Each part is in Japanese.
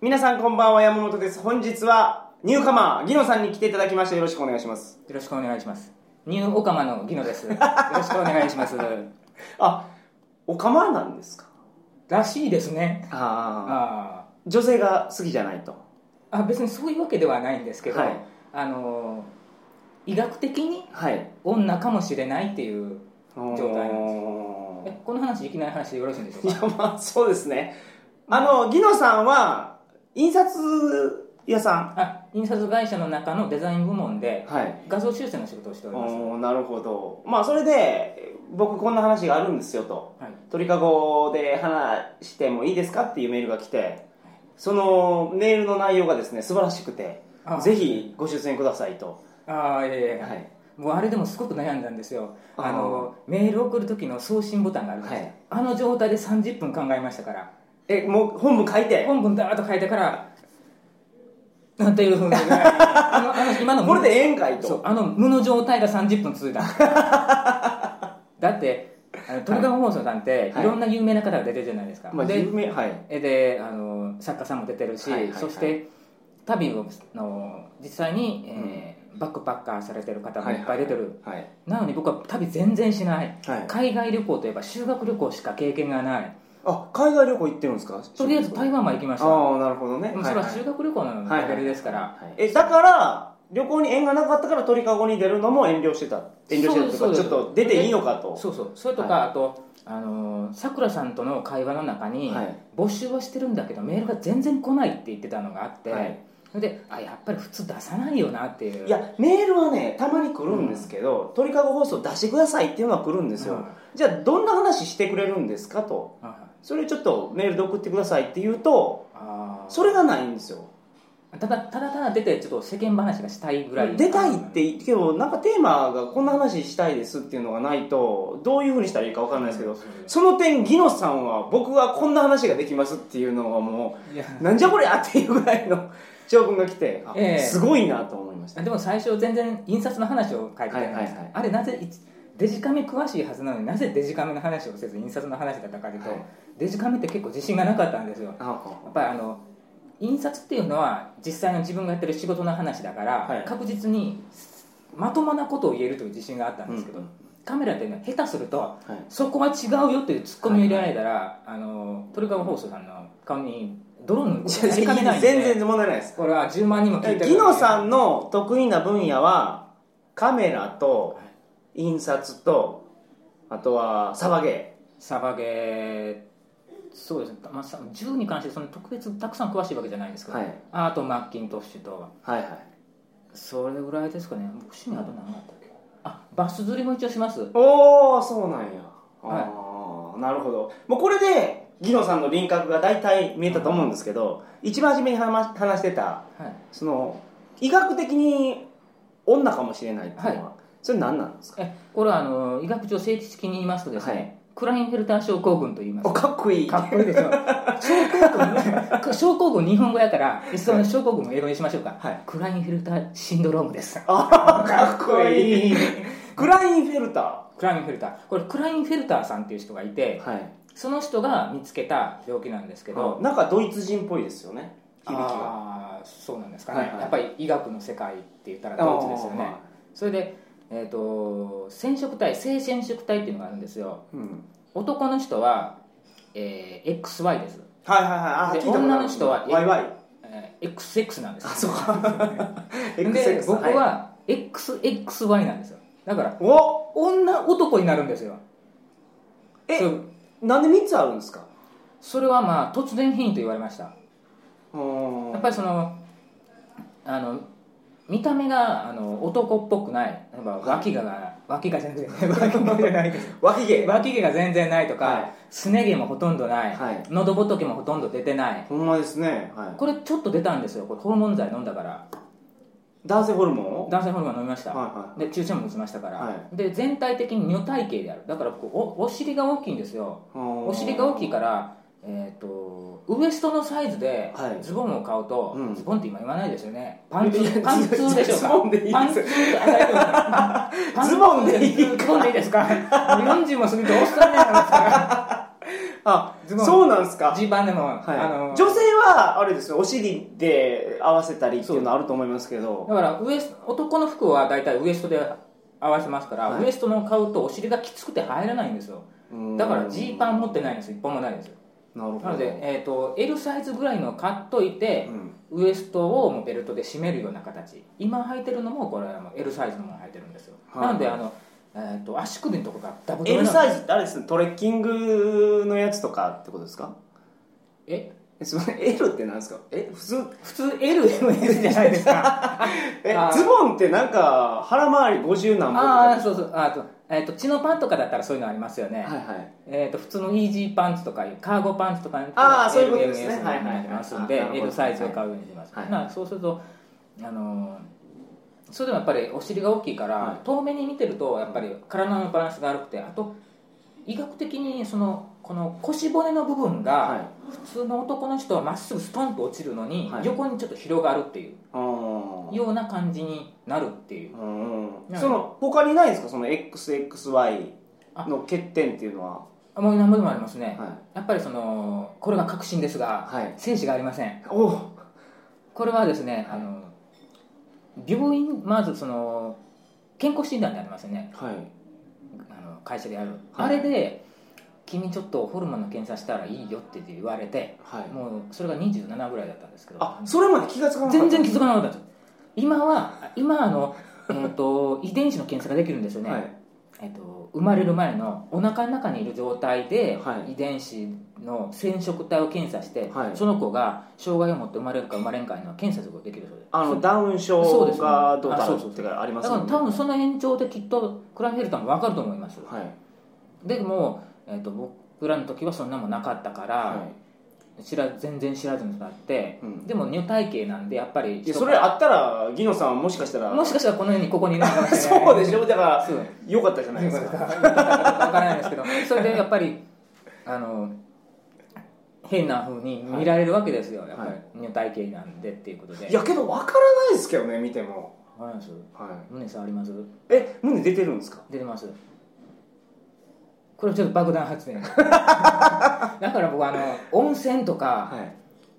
皆さんこんばんは、山本です。本日は、ニューカマー、ギノさんに来ていただきました。よろしくお願いします。よろしくお願いします。ニューオカマのギノです。よろしくお願いします。あ、おカマーなんですからしいですね。ああ。あ女性が好きじゃないと。あ、別にそういうわけではないんですけど、はいあの医学的にはい。女かもしれないっていう。状態なんえ、この話いきなり話でよろしいんでしょいうやか。、まあ、そうですね。あの、ギノさんは、印刷屋さあ、印刷会社の中のデザイン部門ん。ではい。画像修正の仕事をしております。おーなるほど。まあ、それで、僕こんな話があるんですよと。はい。鳥かごで話してもいいですかっていうメールが来てそのメールの内容がですね素晴らしくてあぜひご出演くださいと、あーいやいや、はいもうあれでもすごく悩んだんですよあーあのメール送る時の送信ボタンがあるんですよ、はいあの状態で30分考えましたからえもう本文書いて本文だーっと書いてからなんていうふうにあのあの今の無これでええんかいそうとあの無の状態が30分続いただってあの鳥川放送さんって、はいい、ろんな有名な方が出てるじゃないですか、まあで有名はいえであの作家さんも出てるし、はいはいはいそして旅をの実際に、えーバックパッカーされてる方もいっぱい出てる、はいなのに僕は旅全然しない、はい海外旅行といえば修学旅行しか経験がないあ海外旅行行ってるんですかとりあえず台湾まで行きましたああなるほどねうんそれは修学旅行のレベルですから、はいはいえだから旅行に縁がなかったから鳥かごに出るのも遠慮してた遠慮してたというそかうですちょっと出ていいのかとそうそうそれとか、はあとあのーさくらさんとの会話の中に、はい募集はしてるんだけどメールが全然来ないって言ってたのがあって、はいそれであやっぱり普通出さないよなっていういやメールはねたまに来るんですけど、鳥かご放送出してくださいっていうのは来るんですよ、うんじゃあどんな話してくれるんですかとあそれちょっとメールで送ってくださいって言うとあーそれがないんですよただただただ出てちょっと世間話がしたいぐらい出たいって言ってけどなんかテーマがこんな話したいですっていうのがないとどういうふうにしたらいいか分かんないですけど、うんその点ギノさんは僕はこんな話ができますっていうのがもいやうなんじゃこりゃっていうぐらいの長文が来て、あええすごいなと思いましたでも最初全然印刷の話を書いてたじゃないですか、はいはいはいあれなぜいデジカメ詳しいはずなのになぜデジカメの話をせず印刷の話だったかというと、はいデジカメって結構自信がなかったんですよあやっぱりあの印刷っていうのは実際の自分がやってる仕事の話だから、はい確実にまともなことを言えるという自信があったんですけど、うんうんカメラってね下手すると、はいそこは違うよというツッコミを入れられたら、あのトリガー放送さんの顔にドローンのことがやりかねないんで全然問題ないですこれは10万人も聞いてギノさんんの得意な分野はカメラと印刷とあとはサバゲサバゲーそうですね、まあ、さ銃に関してその特別たくさん詳しいわけじゃないんですけど、はいあとマッキントッシュとーはいはいそれぐらいですかね僕趣味あと何だったっけあバス釣りも一応しますおおそうなんやはいああなるほどもうこれでギノさんの輪郭が大体見えたと思うんですけど、一番初めに話話してたはいその医学的に女かもしれないっていうのは、それ何なんですかえこれはあの医学上正式に言いますとですね、はいクラインフェルター症候群と言いますおかっこいいかっこいい でしょ症候群症候群日本語やからいっその症候群を英語にしましょうか、はいクラインフェルターシンドロームですあー かっこいい クラインフェルタクラインフェルターこれクラインフェルターさんっていう人がいてーはいその人が見つけた病気なんですけどなんかドイツ人っぽいですよね響きがあーそうなんですかね、はいはいやっぱり医学の世界って言ったらドイツですよねそれで、えー、と染色体性染色体っていうのがあるんですようん男の人は、えー XY です、はいはいはいあで聞いたことある女の人はワイワイえー XX なんですあそうかで XX 僕いは XXY なんですよだからお女男になるんですよえそうなんで3つあるんですかそれはまあ突然変異と言われましたややっぱりそのあの見た目があの男っぽくない例えば脇がが脇がじゃなくて 脇がじゃないです脇毛脇毛が全然ないとか、はいすね毛もほとんどない、はい喉仏もほとんど出てないほんまですねはいこれちょっと出たんですよこれホルモン剤飲んだから男性ホルモ男性ホルモン飲みました、はいはいで注射も打ちましたから、はで全体的に女体型であるだから僕おお尻が大きいんですよンお尻が大きいかららえっ、とウエストのサイズではいズボンを買うと、うんズボンって今言わないですよねパンツいやパンツでしょうズかボンでいいパンでツすあ大丈夫です ズボンでいいパンツズボンでいいですか40も過ぎておっさんになりますからあズボンそうなんですかジーパンでも、はいあの女性はあれですねお尻で合わせたりっていうのはあると思いますけどだからウエスト男の服は大体ウエストで合わせますから、はいウエストの買うとお尻がきつくて入らないんですようんだからジーパン持ってないんですよ一本もないんですよなるほどなので、えー、と L サイズぐらいのを買っといて、うんウエストをもうベルトで締めるような形今履いてるのもこれはもう L サイズのもの履いてるんですよ、はいなんであの、えー、と足首のとこがダブトレ L なんサでイズってあれですねトレッキングのやつとかってことですかええすみません L ってなんですかえ普通普通 LMS じゃないですか えあーズボンってなんか腹回り50何本とかああそうそうあと,、えー、とチノパンとかだったらそういうのありますよね、はいはいえー、と普通のイージーパンツとかいうカーゴパンツとかにあーそういうことですね LMS はいはいはいになりますんであなるほど L サイズを買うようにします、はいなそうすると、あのーそれでもやっぱりお尻が大きいから、はい遠目に見てるとやっぱり体のバランスが悪くてあと医学的にそのこの腰骨の部分はが普通の男の人はまっすぐストンと落ちるのに、はい横にちょっと広がるっていうあーような感じになるっていううんはいその他にないんですかその XXY の欠点っていうのはあもう何ぼでもありますね、はやっぱりそのこれが確信ですが、はい精子がありませんいおうこれはですね、あの病院まずその健康診断でありますよねはいあの会社でやる、はいあれで君ちょっとホルモンの検査したらいいよって言われてはいもうそれが27ぐらいだったんですけどあそれまで気がつかなかった全然気づかなかったんですよ今は今あの、えー、と遺伝子の検査ができるんですよね、はいえっと、生まれる前のお腹の中にいる状態で、はい遺伝子の染色体を検査して、はいその子が障害を持って生まれるか生まれんかいうのは検査できるそうですあのダウンそう症ですねがどうあかそうそうってかありまだすかよらね多分その延長できっとクライフェルターも分かると思います、はいでも、えっと僕らの時はそんなもんなかったから、は知ら全然知らずに育って、うんでも女体系なんでやっぱりいいやそれあったらギノさんはもしかしたらもしかしたらこの世にここにいるのかもしれな いそうでしょだからそうよかったじゃないです分かからないで すけどそれでやっぱりあの変な風に見られるわけですよ、やっぱはいり女体系なんでっていうことでいやけどわからないですけどね見てもわかりますはい胸触りますえ胸出てるんですか出てますこれちょっと爆弾 発言だから僕あの温泉とかは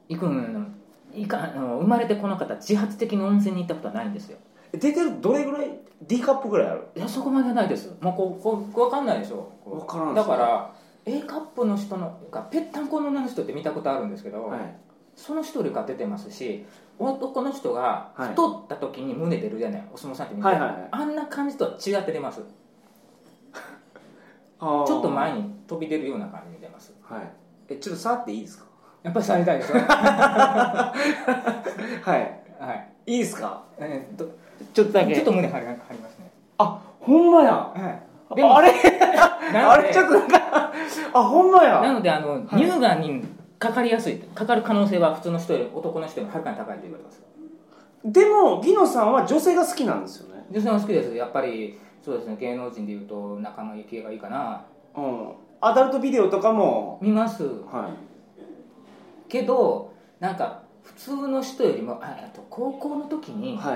い行くのいかあの生まれてこの方自発的に温泉に行ったことはないんですよ出てるどれぐらい D カップぐらいあるいやそこまではないですもうこうこうこう分かんないでしょこう分からんでだすねから A カップの人のがぺったんこの女の人って見たことあるんですけど、はいその人よりか出てますし男の人がはい太った時に胸出るじゃない、お相撲さんって見て、はいはいはいあんな感じとは違って出ますちちょょっと前に飛び出るような感じに出ますはいえちょっと触っていいですかやっぱりされたいです よははいい、いいですかえー、とちょっとちょっと胸張り張りますね、あほんまやはい、あれあなのでれちょっとなんかあほんまなやのであの、はい乳がんにかかりやすいかかる可能性は普通の人より男の人よりはるかに高いと言われますでもギノさんは女性が好きなんですよね女性は好きですやっぱりそうですね芸能人でいうと仲間由紀恵がいいかなうんアダルトビデオとかも見ますはけどなんか普通の人よりもああと高校の時いに、はい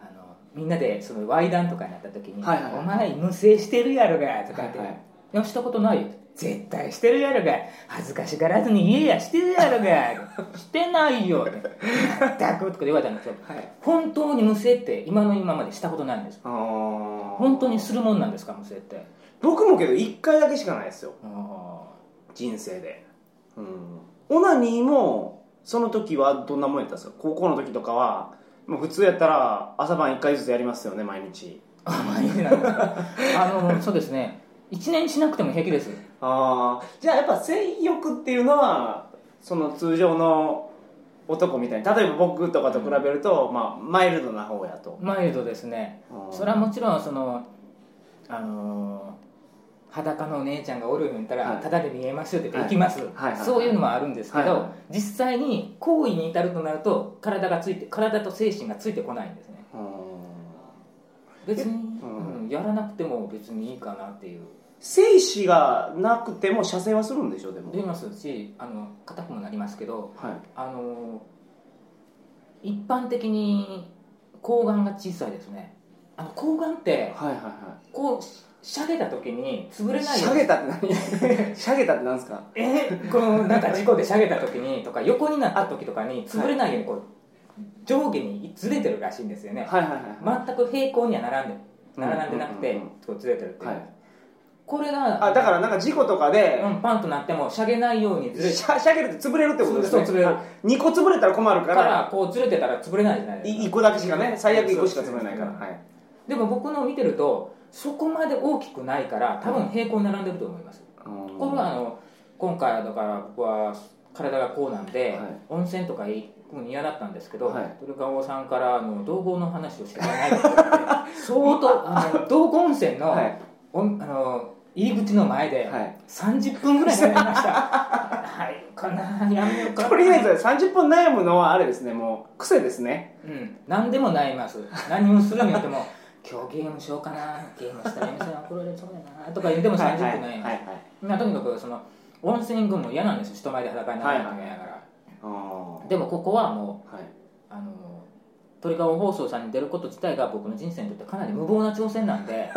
あのみんなでその Y 談とかになった時に「はいはいはいお前無制してるやろが」とかって「はいいはいやしたことないよ」絶対してるやろが恥ずかしがらずに言えやしてるやろがしてないよ」って「全く」とか言われたんですよはい本当に無制って今の今までしたことないんですあー本当にするもんなんですか無制って僕もけど1回だけしかないですよあ人生でうんオナニーもその時はどんなもんやったんですか高校の時とかはもう普通やったら朝晩1回ずつやりますよね毎日あまあいいなんですかあのそうですね1年しなくても平気ですああじゃあやっぱ性欲っていうのはその通常の男みたいに例えば僕とかと比べると、まあ、マイルドな方やとマイルドですねあーそれはもちろんそのあのー裸のお姉ちゃんがおるようにったら、はいただで見えますよって言って行きます、はいはいそういうのもあるんですけど、はいは実際に行為に至るとなると体がついて体と精神がついてこないんですねうん別に、うんうんやらなくても別にいいかなっていう精子がなくても射精はするんでしょでも出ますしあの硬くもなりますけどはいあの一般的に睾丸が小さいですねあの睾丸ってはいはいはいこうしゃげた時に潰れないしよゃうにげたって何 しゃげたって何ですかえこのなんか事故でしゃげた時にとか横になった時とかに潰れないようにこう上下にずれてるらしいんですよねはいはいは全く平行には並んうでん並んでなくうてんうんうんこうずれてるっていいう、はいこれがあだからなんか事故とかで、うん、パンとなってもしゃげないようにずれてしゃしゃげると潰れるってことですねそう潰れるあ二個潰れたら困るかかららこうずれてたら潰れないじゃないですかい一個だけしかね最悪一個しかそう潰そうれそうないからはいでも僕の見てるとそこまで大きくないから多分平行に並んでると思います、これがあの今回だから僕は体がこうなんで、はい温泉とか行くの嫌だったんですけど、はいトルカオさんからあの道後の話をしてもらえないかって言われて相当あの道後温泉の,、はいおんあの入り口の前ではい30分ぐらい悩みました はいかなやめようかなとりあえず30分悩むのはあれですねもう癖ですねうん、何でも悩みます何をするによっても今日ゲームしようかなゲームしたら嫁さんに怒られそうやなとか言っても30分悩みます、はいはいはいまあとにかくその温泉群も嫌なんですよ人前で裸になるのが嫌だから、あーでもここはもはいうあの鳥籠放送さんに出ること自体が僕の人生にとってかなり無謀な挑戦な んで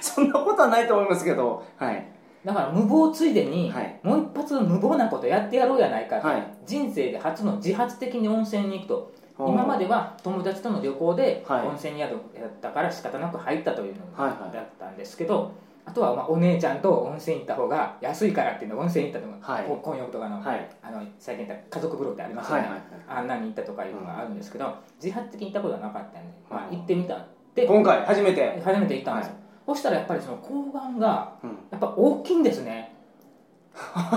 そんなことはないと思いますけどはいだから無謀ついでに、はいもう一発無謀なことやってやろうやないか、はい人生で初の自発的に温泉に行くと今までは友達との旅行ではい温泉宿やったから仕方なく入ったというのはいはいだったんですけど、あとはまあお姉ちゃんと温泉行った方が安いからっていうので温泉行ったとか、はいこ混浴とかの,、はいあの最近言った家族風呂ってありますよはいね、はいはいあんなに行ったとかいうのがあるんですけど、自発的に行ったことはなかったんで、まあ、うん行ってみたで今回初めて初めて行ったんですよ、はそしたらやっぱりその睾丸がうんやっぱ大きいんですね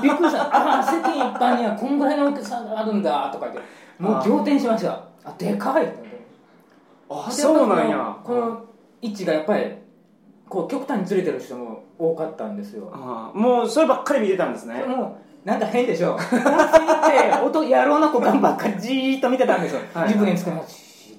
びっくりしたああ世間一般にはこんぐらいの大きさがあるんだとか言ってもう仰天しましたあでかいと思ってあそうなんでややっぱりこのこの位置がやっぱりこう極端にずれてる人も多かったんですよあーもうそればっかり見てたんですねでもなんか変でしょ温泉行って音野郎の股間ばっかりじーっと見てたんですよはい湯船につけな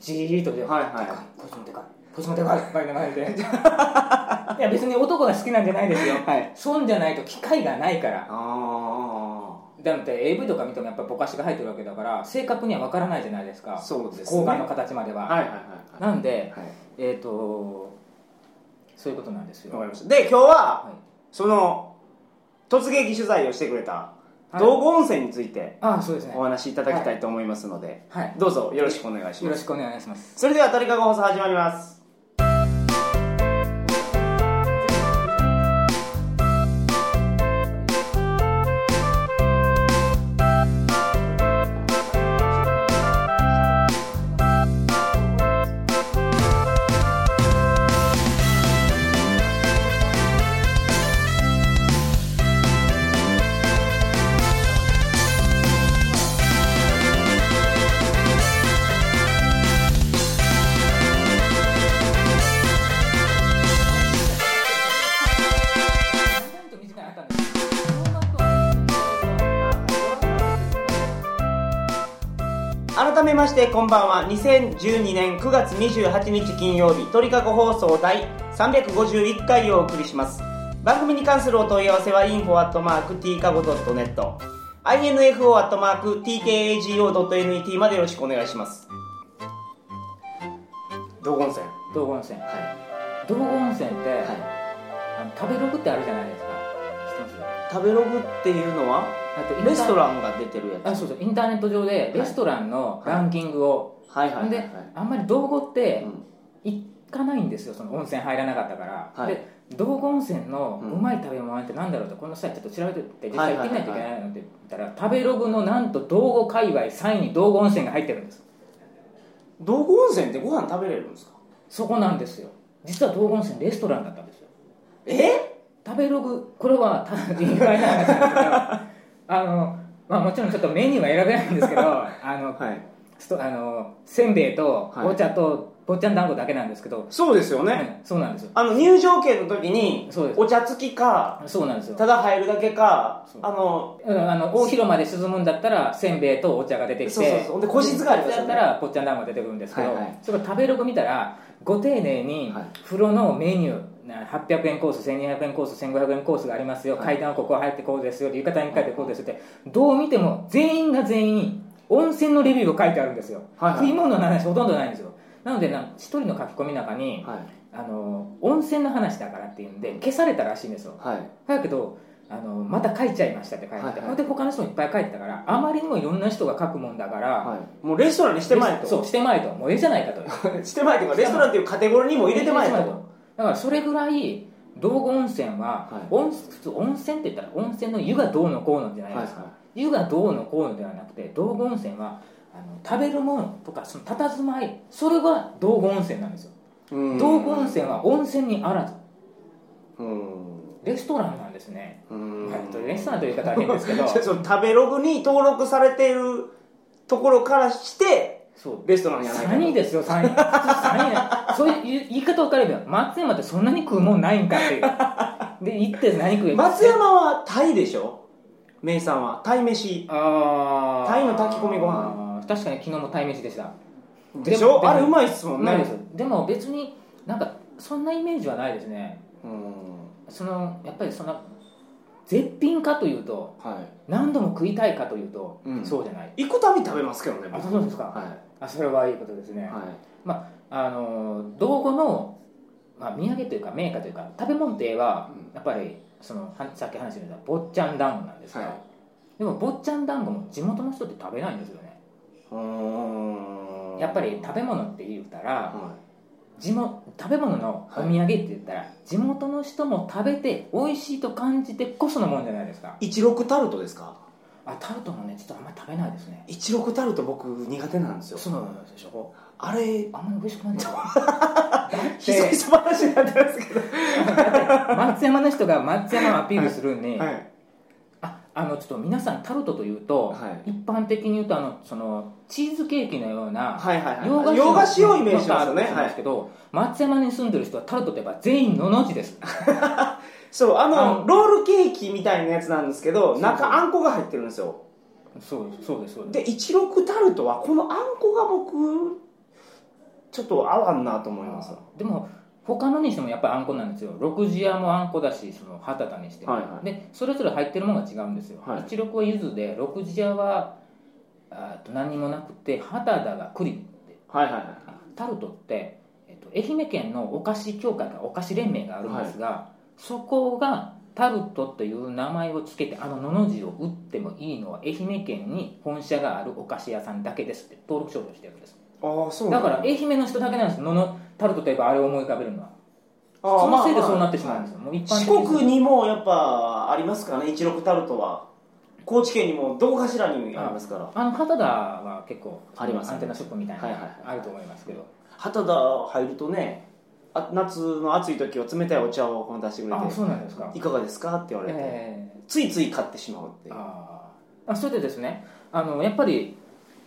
じーっと見て、はいはいでかこいつもでかいこいつもでかいとか言いながら見てい や別に男が好きなんじゃないですよ、はい 損じゃないと機会がないからあだって AV とか見てもやっぱぼかしが入ってるわけだから正確には分からないじゃないですかあそうです睾丸の形までは、はいはいはいはいなんではいえっ、とそういうことなんですよわかりましたで今日ははいその突撃取材をしてくれたい道後温泉についてあそうですねお話しいただきたいと思いますので、はいどうぞよろしくお願いしよまろすしくお願いしますそれでは鳥かご放送始まります改めましてこんばんは2012年9月28日金曜日鳥かご放送第351回をお送りします番組に関するお問い合わせは info.tkago.net info.tkago.net までよろしくお願いします道後温泉道後温泉は道後温泉って、い、はいあの食べログってあるじゃないですか知ってます食べログっていうのはあとインターレストランが出てるやつあそうそうインターネット上でレストランのランキングを、はいはいはいはいで、あんまり道後ってうん行かないんですよその温泉入らなかったから、はいで道後温泉のうんうまい食べ物ってなんだろうと、この際ちょっと調べてって実はい際はいは行っいてみないといけないのって言ったら、食べログのなんと道後界隈3位に道後温泉が入ってるんです道後温泉ってご飯食べれるんですかそこなんですよ実は道後温泉レストランだったんですよえ食べログこれはただ意外な話なんですけどあの、まあ、もちろんちょっとメニューは選べないんですけどあの、はいストあのせんべいとはいお茶と坊ちゃん団子だけなんですけど、そうですよね、うんそうなんですよあの入場券の時にそうですお茶付きかそうなんですよただ入るだけかそうあのうんあの大広間で進むんだったらせんべいとお茶が出てきてそうそうそうで個室がありますよだっねたらぽっちゃん団子が出てくるんですけど、はいはいそれ食べログ見たらご丁寧にはい風呂のメニューな800円コース1200円コース1500円コースがありますよ、はい階段はここ入ってこうですよ浴衣に書いてこうですよってどう見ても全員が全員温泉のレビューが書いてあるんですよ、はいはい食い物の話ほとんどないんですよなのでな一人の書き込みの中に、はいあの温泉の話だからっていうんで消されたらしいんですよはいだけどあのまた書いちゃいましたって書いて、はいはいほんで他の人もいっぱい書いてたからあまりにもいろんな人が書くもんだから、はいもうレストランにしてまえとそうしてまえともうええじゃないかとしてまえというかレストランっていうカテゴリーにも入れてまえ とだからそれぐらい道後温泉はは、い温普通温泉って言ったら温泉の湯がどうのこうのじゃないですか、は湯がどうのこうのではなくて道後温泉はあの食べるものとかその佇まいそれが道後温泉なんですよ、うん道後温泉は温泉にあらずうんレストランなんですね、うんはいとレストランという言い方は変です けどじゃあその食べログに登録されているところからしてそうレストランやないか3人ですよ3人3人そういう言い方分かるけど松山ってそんなに食うもんないんかっていうで行って何食えば松山はタイでしょ名産はタイ飯あータイの炊き込みご飯あー確かに昨日もタイ飯でしたでしょでもあれうまいっすもんねないですでも別になんかそんなイメージはないですねうんそのやっぱりそんな絶品かというとは何度も食いたいかというと、うんそうじゃないい行くたび食べますけどねあ僕そうですか、はあそれはいいことですね、いはあの道後の、まあ、土産というか名家というか食べ物といえばうんやっぱりそのはさっき話してた坊っちゃん団子なんですが、はいでも坊っちゃん団子も地元の人って食べないんですよねいうーんやっぱり食べ物って言うたらは地元食べ物のお土産って言ったら、地元の人も食べて美味しいと感じてこそのもんじゃないですかい一六タルトですかあタルトもねちょっとあんまり食べないですね一六タルト僕苦手なんですよそうなんでしょあれあんまり美味しくないんですよひそひそ話になってますけど松山の人が松山をアピールするに、はいああのちょっと皆さんタルトというと、はい一般的に言うとあのそのチーズケーキのようなはいはいはい洋菓子洋菓子をイメージしますよねのタルトなんですけど、松山に住んでる人はタルトといえば全員のの字ですそうあのあのロールケーキみたいなやつなんですけどそう中あんこが入ってるんですよそうそうですそうですで一六タルトはこのあんこが僕ちょっと合わんなと思いますでも他のにしてもやっぱりあんこなんですよ六時屋もあんこだしその畑田にしても、はいはいでそれぞれ入ってるものが違うんですよ、はい一六は柚子で六時屋はあーと何にもなくて畑田が栗はいはいはいタルトって、えっと、愛媛県のお菓子協会かお菓子連盟があるんですが、そこがタルトという名前を付けてあののの字を打ってもいいのは愛媛県に本社があるお菓子屋さんだけですって登録商標してるんですああそうなだんから愛媛の人だけなんですののタルトといえばあれを思い浮かべるのはああそのせいでまあそうなってしまうんですよ、もう一般的四国にもやっぱありますからね一六タルトは高知県にもどこかしらにありますからあの畑田は結構ありますねアンテナショップみたいなのはいはいはいあると思いますけど、畑田入るとねあ夏の暑い時は冷たいお茶をこの出してくれあてそうなんですか「いかがですか?」って言われて、ええついつい買ってしまうっていうはあーあそれでですねあのやっぱり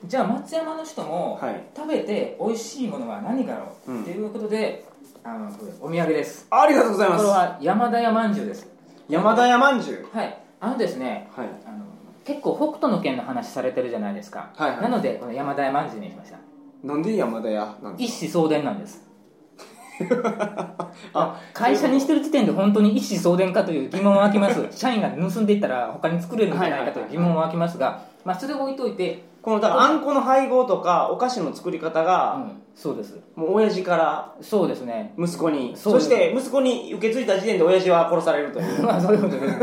じゃあ松山の人もい食べて美味しいものは何だろう、うんっていうことであのお土産ですありがとうございこまれすは山田屋まんじゅうです山田屋まんじゅうはいあのですねはいあの結構北斗の県の話されてるじゃないですか、はいはいなのでこの山田屋まんじゅうにしましたなんで山田屋なん一です子相伝なんです あ会社にしてる時点で本当に一子相伝かという疑問は湧きます社員が盗んでいったら他に作れるんじゃないかという疑問は湧きますが、まあ、それを置いといて、このだからあんこの配合とかお菓子の作り方うが、んそうですもう親父からそうですね。息子にそうそして息子に受け継いだ時点で親父は殺されるという まあそういうことです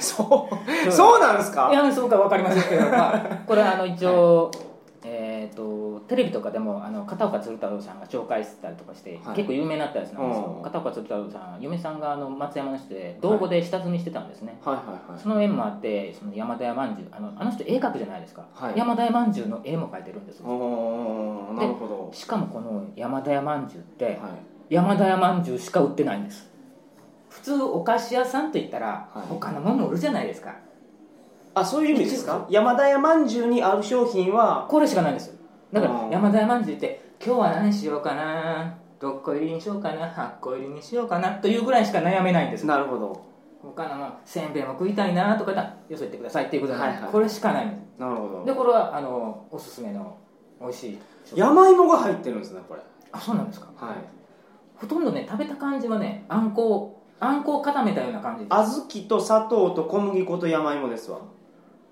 そうそうなんですかいや、そうかわかりませんけ ど、まあ、これはあの一応、えっ、と、テレビとかでも、あの片岡鶴太郎さんが紹介したりとかして、はい結構有名になったやつなんですうよん。片岡鶴太郎さん、嫁さんがあの松山の人で、道後で下積みしてたんですね。はいはいはいその縁もあって、その山田屋まんじゅう、あのあの人、絵描くじゃないですか、はい山田屋まんじゅうの絵も描いてるんですよおーなるほどしかもこの山田屋まんじゅうって、はい山田屋まんじゅうしか売ってないんです普通お菓子屋さんといったらはい他のもの売るじゃないですか、あそういう意味ですか山田屋まんじゅうにある商品はこれしかないんですよだかあらー山田屋まんじゅうって今日は何しようかな6個入りにしようかな8個入りにしようかなというぐらいしか悩めないんですなるほど他のもんせんべいも食いたいなとかだよそ行ってくださいっていうことなんで、はいはいこれしかないんでなるほすどでこれはあのおすすめの美味しい商品山芋が入ってるんですねこれあそうなんですかはいほとんどね食べた感じはねあんこをあんこを固めたような感じです小豆と砂糖と小麦粉と山芋ですわ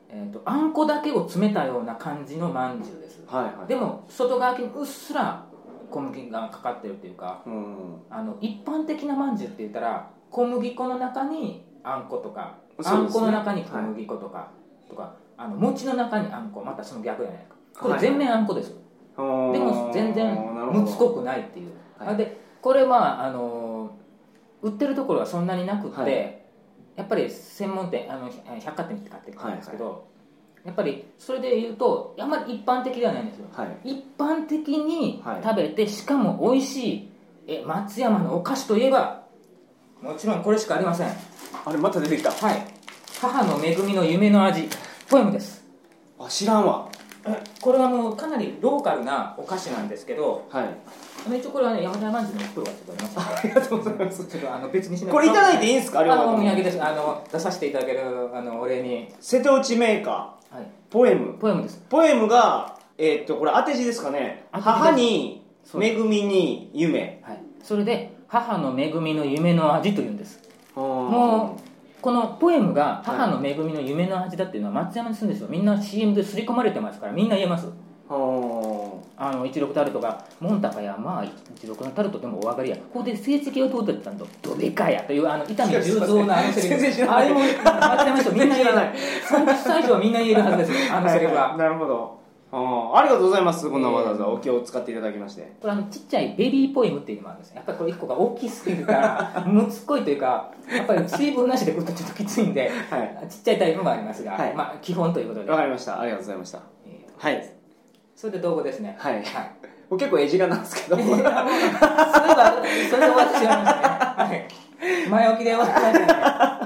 えー、とあんこだけを詰めたような感じのまんじゅうですはいはいでも外側にうっすら小麦がかかってるっていうかうんあの一般的なまんじゅうって言ったら小麦粉の中にあんことか、そうあですねんこの中に小麦粉とか、とかあの餅の中にあんこまたその逆じゃないですかこれはい全面あんこですよ、でも全然むつこくないっていう、はいでこれまああの売ってるところはそんなになくって、はいやっぱり専門店あのひ百貨店って買ってきたんですけど、やっぱりそれで言うとあんまり一般的ではないんですよはい一般的にはい食べて、しかも美味しいえ松山のお菓子といえばもちろんこれしかありませんはいあれまた出てきた母の恵みの夢の味ポエムですあ知らんわこれはもうかなりローカルなお菓子なんですけどはいあの一応これはね山田まんじゅうの袋がちょっとありますありがとうございますちょっとあの別 にしないこれいただいていいいんですかあれあのお土産はですあの出させていただけるあのお礼に、瀬戸内メーカはい、ーポエムポエムですポエムがえーっとこれ当て字ですかね当て字です母にそう恵みに夢はいそれで母の恵みの夢の味というんですももうこのポエムが母の恵みの夢の味だっていうのは松山に住んでる人みんな CM で刷り込まれてますからみんな言えますあの一六タルトがモンタカやまあ一六のタルトでもお分かりやここで成績を通ってたんとどでかやというあの伊丹十三のあのセリフ 全然知らないあれも松山の人みんな言える30歳以上はみんな言えるはず ですよあのセリフはなるほどあーありがとうございますこんなわざわざお経を使っていただきましてこれあのちっちゃいベビーポエムっていうのもあるんですよやっぱりこれ1個が大きすぎ るからむつっこいというかやっぱり水分なしで食うとちょっときついんで、はちっちゃいタイプもありますが、はいまあ基本ということで、わかりましたありがとうございましたえーはいそれで道後ですねはいはい、 僕結構絵面なんですけどそういえばそれで終わってしまいましたね、はい、前置きで終わってました ね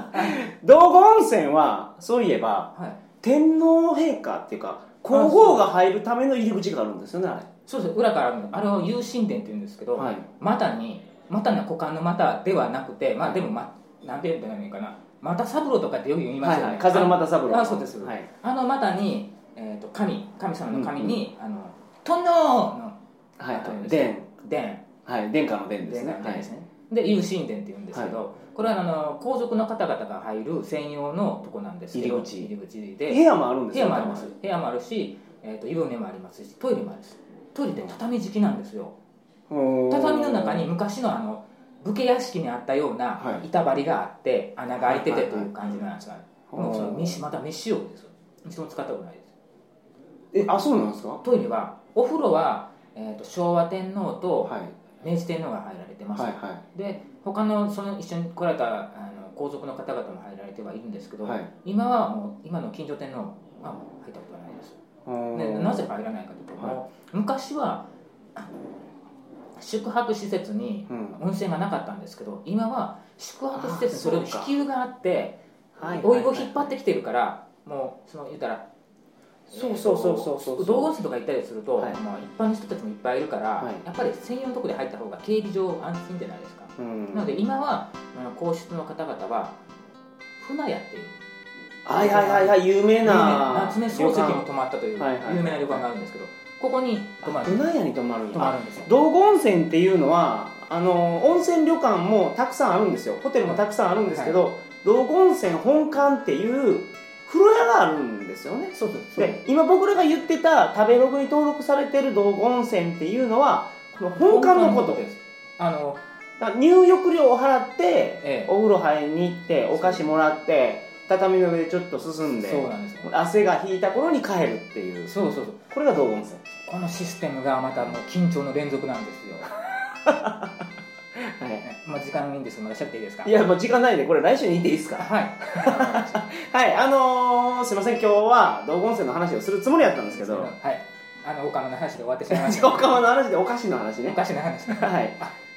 道後温泉はそういえばはい天皇陛下っていうか皇后が入るための入り口があるんですよねあれそうです裏からあるのあれを有神殿っていうんですけど、はい股に股の股間の股ではなくてまあでも、ま、なんて言うんだろうかな股三郎とかってよく言いますよね、はいはい風の股三郎あそうです、はいあの股に、えー、と神神様の神に、あの殿のはい殿殿はい殿下の殿ですね殿ですね、で有神殿っていうんですけど、これはあの皇族の方々が入る専用のとこなんですけ入どり口入り口はでい、部屋もあるんです部よ屋もあります部屋もあるし、えー、と湯船もありますしトイレもあるしトイレって畳敷きなんですよおー畳の中に昔のあの武家屋敷にあったようはない板張りがあって穴が開いててという感じなんですが、はいはいもうその飯また飯用ですよ一度も使ったことないですえあそうなんですかトイレはお風呂は、えー、と昭和天皇とはい明治天皇が入られてます、はいはで他のその一緒に来られたあの皇族の方々も入られてはいるんですけいど、はい今はもう今の近所天皇はもう入ったことはないですおでーなぜ入らないかというと、もう昔はあの宿泊施設にうん温泉がなかったんですけど今は宿泊施設にそれをあそうか支給があってはいはいお湯を引っ張ってきてるからもうその言ったらそうそうそうそうそうそう道後温泉とか行ったりすると、はいまあ、一般の人たちもいっぱいいるから、はいやっぱり専用のとこで入った方が警備上安心じゃないですか、うんなので今はあの皇室の方々は船屋っていうはいはいはいはい有名有名なな夏目漱石も泊まったという有はいはい名な旅館があるんですけどここに泊まるうなやに泊まるん泊だまるんですよ道後温泉っていうのはあの温泉旅館もたくさんあるんですよホテルもたくさんあるんですけど、道後温泉本館っていう風呂屋があるんですよねそうですそうで今僕らが言ってた食べログに登録されてる道後温泉っていうのはこの本館のことですあのだから入浴料を払ってえお風呂入りに行ってお菓子もらって畳の上でちょっと進んえそうでなんですよ汗が引いた頃に帰るっていうそうそうそうこれが道後温泉このシステムがまたもう緊張の連続なんですよ、はいねまあ、時間いいんですまだしゃっていいですかいやもう時間ないんでこれ来週に行っていいですかはいはい、あのー、すいません、今日は道後温泉の話をするつもりだったんですけど、はいあのお金の話で終わってしまいましたおかまの話でお菓子の話おね。かしな話はい、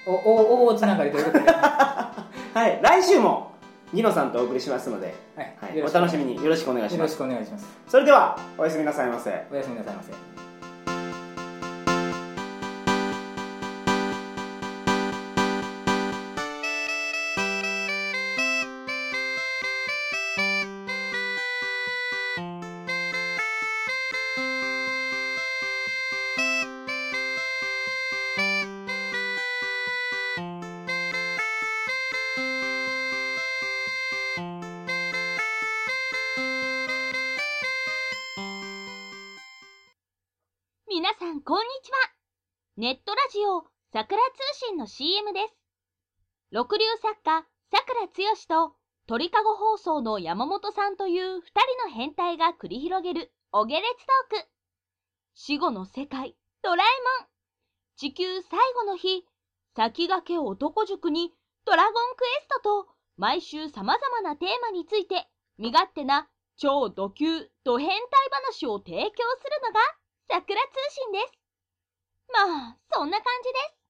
おおおつながりということで、は、はい、来週もギノさんとお送りしますので、はいい、お楽しみによろしくお願いしよまろすし。くお願いしますそれでは、おやすみなさいませ。おやすみなさいませ皆さんこんにちはネットラジオ桜通信の CM です。六流作家桜つよしと鳥かご放送の山本さんという二人の変態が繰り広げるお下劣トーク。死後の世界、ドラえもん。地球最後の日、先駆け男塾にドラゴンクエストと毎週様々なテーマについて身勝手な超ド級ド変態話を提供するのが桜通信です。まあ、そんな感じです。